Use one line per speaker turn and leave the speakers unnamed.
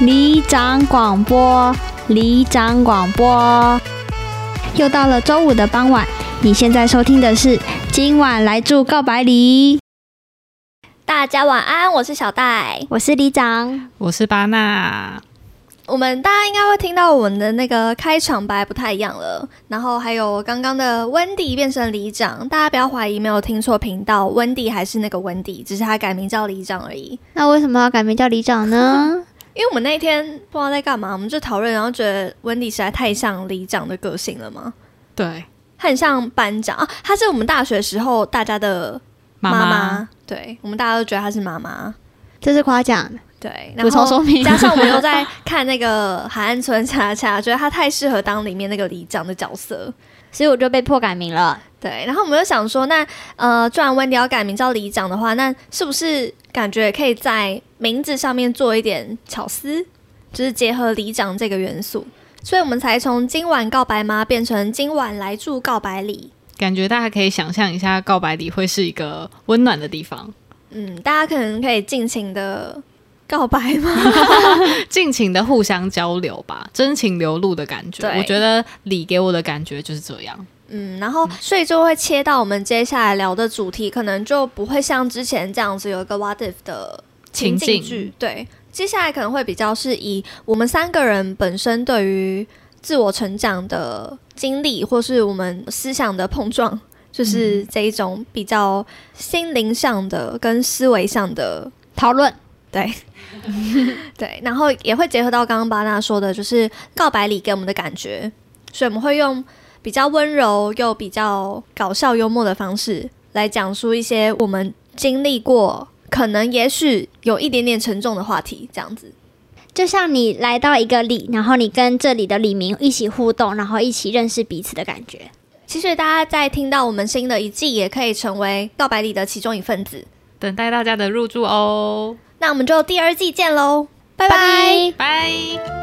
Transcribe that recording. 里长广播，里长广播。又到了周五的傍晚，你现在收听的是《今晚来住告白里》，
大家晚安，我是小戴。
我是里长。
我是巴纳，
我们大家应该会听到我们的那个开场白不太一样了，然后还有刚刚的温迪变成里长，大家不要怀疑没有听错频道，温迪还是那个温迪，只是他改名叫里长而已。
那为什么要改名叫里长 呢？
因为我们那一天不知道在干嘛，我们就讨论，然后觉得温迪实在太像里长的个性了嘛，
对，
他很像班长啊，他是我们大学时候大家的
妈
妈，对我们大家都觉得他是妈妈。
这是夸奖，
对，然
补充
后
说明。
加上我们又在看那个《海岸村恰恰》，觉得他太适合当里面那个里长的角色。
所以我就被迫改名了。
对，然后我们就想说，那呃，既然温迪要改名叫里长的话，那是不是感觉可以在名字上面做一点巧思，就是结合里长这个元素？所以我们才从今晚告白吗变成今晚来住告白里。
感觉大家可以想象一下，告白里会是一个温暖的地方，
嗯，大家可能可以尽情的告白吗？
尽情的互相交流吧，真情流露的感觉。
对
我觉得里给我的感觉就是这样，
嗯，然后所以就会切到我们接下来聊的主题，可能就不会像之前这样子有一个 what if 的情
情
境
境
剧，对，接下来可能会比较是以我们三个人本身对于自我成长的经历，或是我们思想的碰撞，就是
嗯
这一种比较心灵上的跟思维上的
讨论
对，然后也会结合到刚刚巴纳说的，就是告白里给我们的感觉，所以我们会用比较温柔又比较搞笑幽默的方式来讲述一些我们经历过，可能也许有一点点沉重的话题，这样子。
就像你来到一个里，然后你跟这里的里民一起互动，然后一起认识彼此的感觉。
其实大家在听到我们新的一季，也可以成为告白里的其中一份子。
等待大家的入住哦，
那我们就第二季见喽，拜拜
拜。